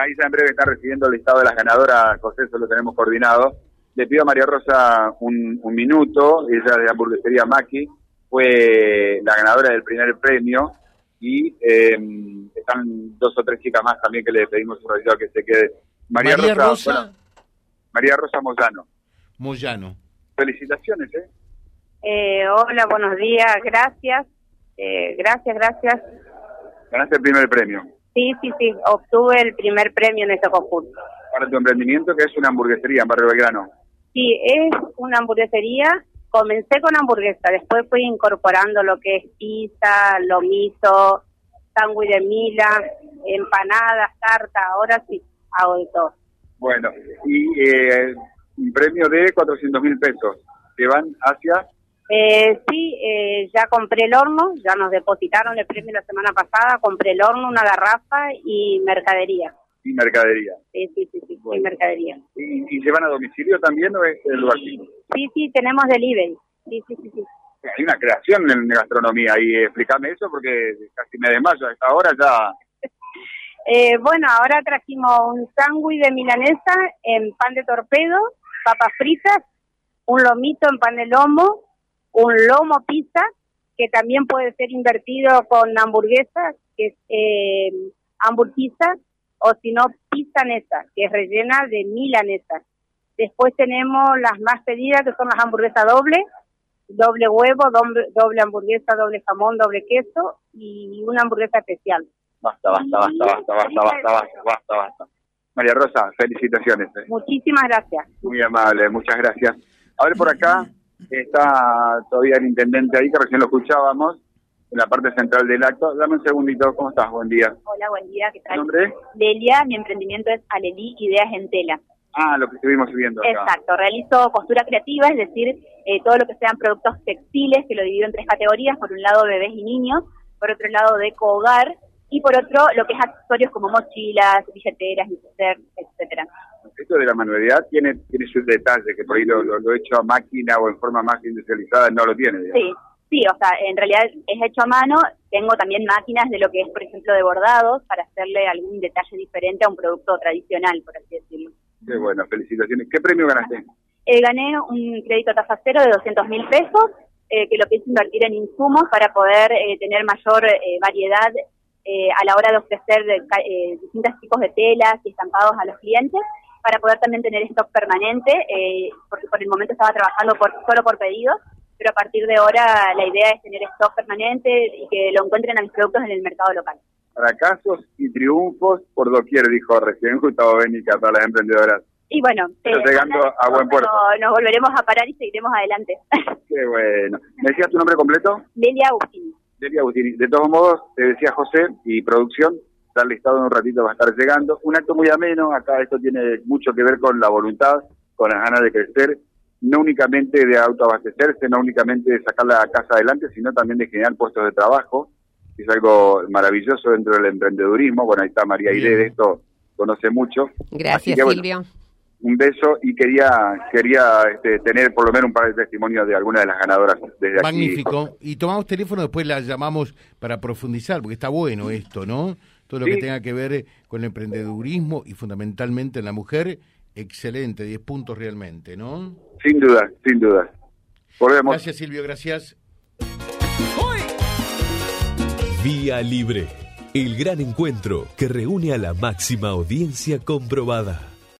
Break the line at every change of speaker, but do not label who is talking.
ahí ya en breve está recibiendo el listado de las ganadoras, José, eso lo tenemos coordinado. Le pido a María Rosa un, un minuto, ella de la hamburguesería Maki, fue la ganadora del primer premio y eh, están dos o tres chicas más también que le pedimos un ratito a que se quede. María,
María
Rosa,
Rosa.
bueno, María Rosa Moyano,
Moyano.
felicitaciones, ¿eh?
Eh, hola, buenos días, gracias. Eh, gracias, gracias.
Ganaste el primer premio
Sí, sí, sí, obtuve el primer premio en este concurso.
para tu emprendimiento que es una hamburguesería en Barrio Belgrano.
Sí, es una hamburguesería. Comencé con hamburguesa, después fui incorporando lo que es pizza, lomizo, sándwich de mila, empanadas, tarta. Ahora sí, hago de todo.
Bueno, y eh, un premio de 400 mil pesos que van hacia...
Eh, sí, eh, ya compré el horno, ya nos depositaron el premio la semana pasada. Compré el horno, una garrafa y mercadería.
y mercadería.
Sí, sí, sí, sí,
Bueno.
y mercadería.
¿Y, y llevan a domicilio también o es el lugar fijo?
Sí, sí, tenemos delivery. Sí, sí, sí, sí.
Hay una creación en gastronomía y explícame eso porque casi me desmayo a esta hora ya.
Eh, bueno, ahora trajimos un sándwich de milanesa en pan de torpedo, papas fritas, un lomito en pan de lomo, un lomo pizza, que también puede ser invertido con hamburguesas, que es eh, hambur pizza, o si no, pizzanesa, que es rellena de milanesa. Después tenemos las más pedidas, que son las hamburguesas doble, doble huevo, doble, doble hamburguesa, doble jamón, doble queso y una hamburguesa especial.
Basta, basta, basta, basta, basta, basta, basta, basta, basta. María Rosa, felicitaciones. eh.
Muchísimas gracias.
Muy amable, muchas gracias. A ver, por acá está todavía el intendente ahí, que recién lo escuchábamos, en la parte central del acto. Dame un segundito, ¿cómo estás? Buen día.
Hola, buen día, ¿qué
¿Tu
tal?
nombre? es?
Delia, mi emprendimiento es Alelí Ideas en Tela.
Ah, lo que estuvimos viendo acá.
Exacto, realizo costura creativa, es decir, eh, todo lo que sean productos textiles, que lo divido en tres categorías, por un lado bebés y niños, por otro lado deco hogar, y por otro lo que es accesorios como mochilas, billeteras, neceser, etcétera.
Esto de la manualidad tiene, tiene sus detalles, que por ahí lo, lo- lo hecho a máquina o en forma más industrializada no lo tiene. digamos.
Sí, sí, o sea, en realidad es hecho a mano. Tengo también máquinas de lo que es, por ejemplo, de bordados para hacerle algún detalle diferente a un producto tradicional, por así decirlo.
Qué bueno, felicitaciones. ¿Qué premio ganaste?
Eh, gané un crédito a tasa cero de 200 mil pesos, eh, que lo pienso invertir en insumos para poder eh, tener mayor eh, variedad eh, a la hora de ofrecer eh, ca- eh, distintos tipos de telas y estampados a los clientes, para poder también tener stock permanente, eh, porque por el momento estaba trabajando por, solo por pedidos, pero a partir de ahora la idea es tener stock permanente y que lo encuentren a mis productos en el mercado local.
Fracasos y triunfos por doquier, dijo recién Gustavo Benica para las emprendedoras.
Y bueno,
Pero llegando a buen puerto.
no- nos volveremos a parar y seguiremos adelante.
Qué bueno. ¿Me decías tu nombre completo?
Delia Agustín.
Delia Agustini. De todos modos, te decía José y producción, está listado en un ratito, va a estar llegando. Un acto muy ameno, acá esto tiene mucho que ver con la voluntad, con las ganas de crecer, no únicamente de autoabastecerse, no únicamente de sacar la casa adelante, sino también de generar puestos de trabajo, que es algo maravilloso dentro del emprendedurismo. Bueno, ahí está María
Bien.
Aire, de esto conoce mucho. Así
Gracias,
que, bueno,
Silvio.
Un beso y quería quería este, tener por lo menos un par de testimonios de alguna de las ganadoras desde aquí.
Magnífico. Y tomamos teléfono, después la llamamos para profundizar, porque está bueno esto, ¿no? Todo lo
Sí.
que tenga que ver con el emprendedurismo y fundamentalmente en la mujer, excelente, 10 puntos realmente, ¿no?
Sin duda, sin duda. Volvemos.
Gracias Silvio, gracias.
Vía Libre, el gran encuentro que reúne a la máxima audiencia comprobada.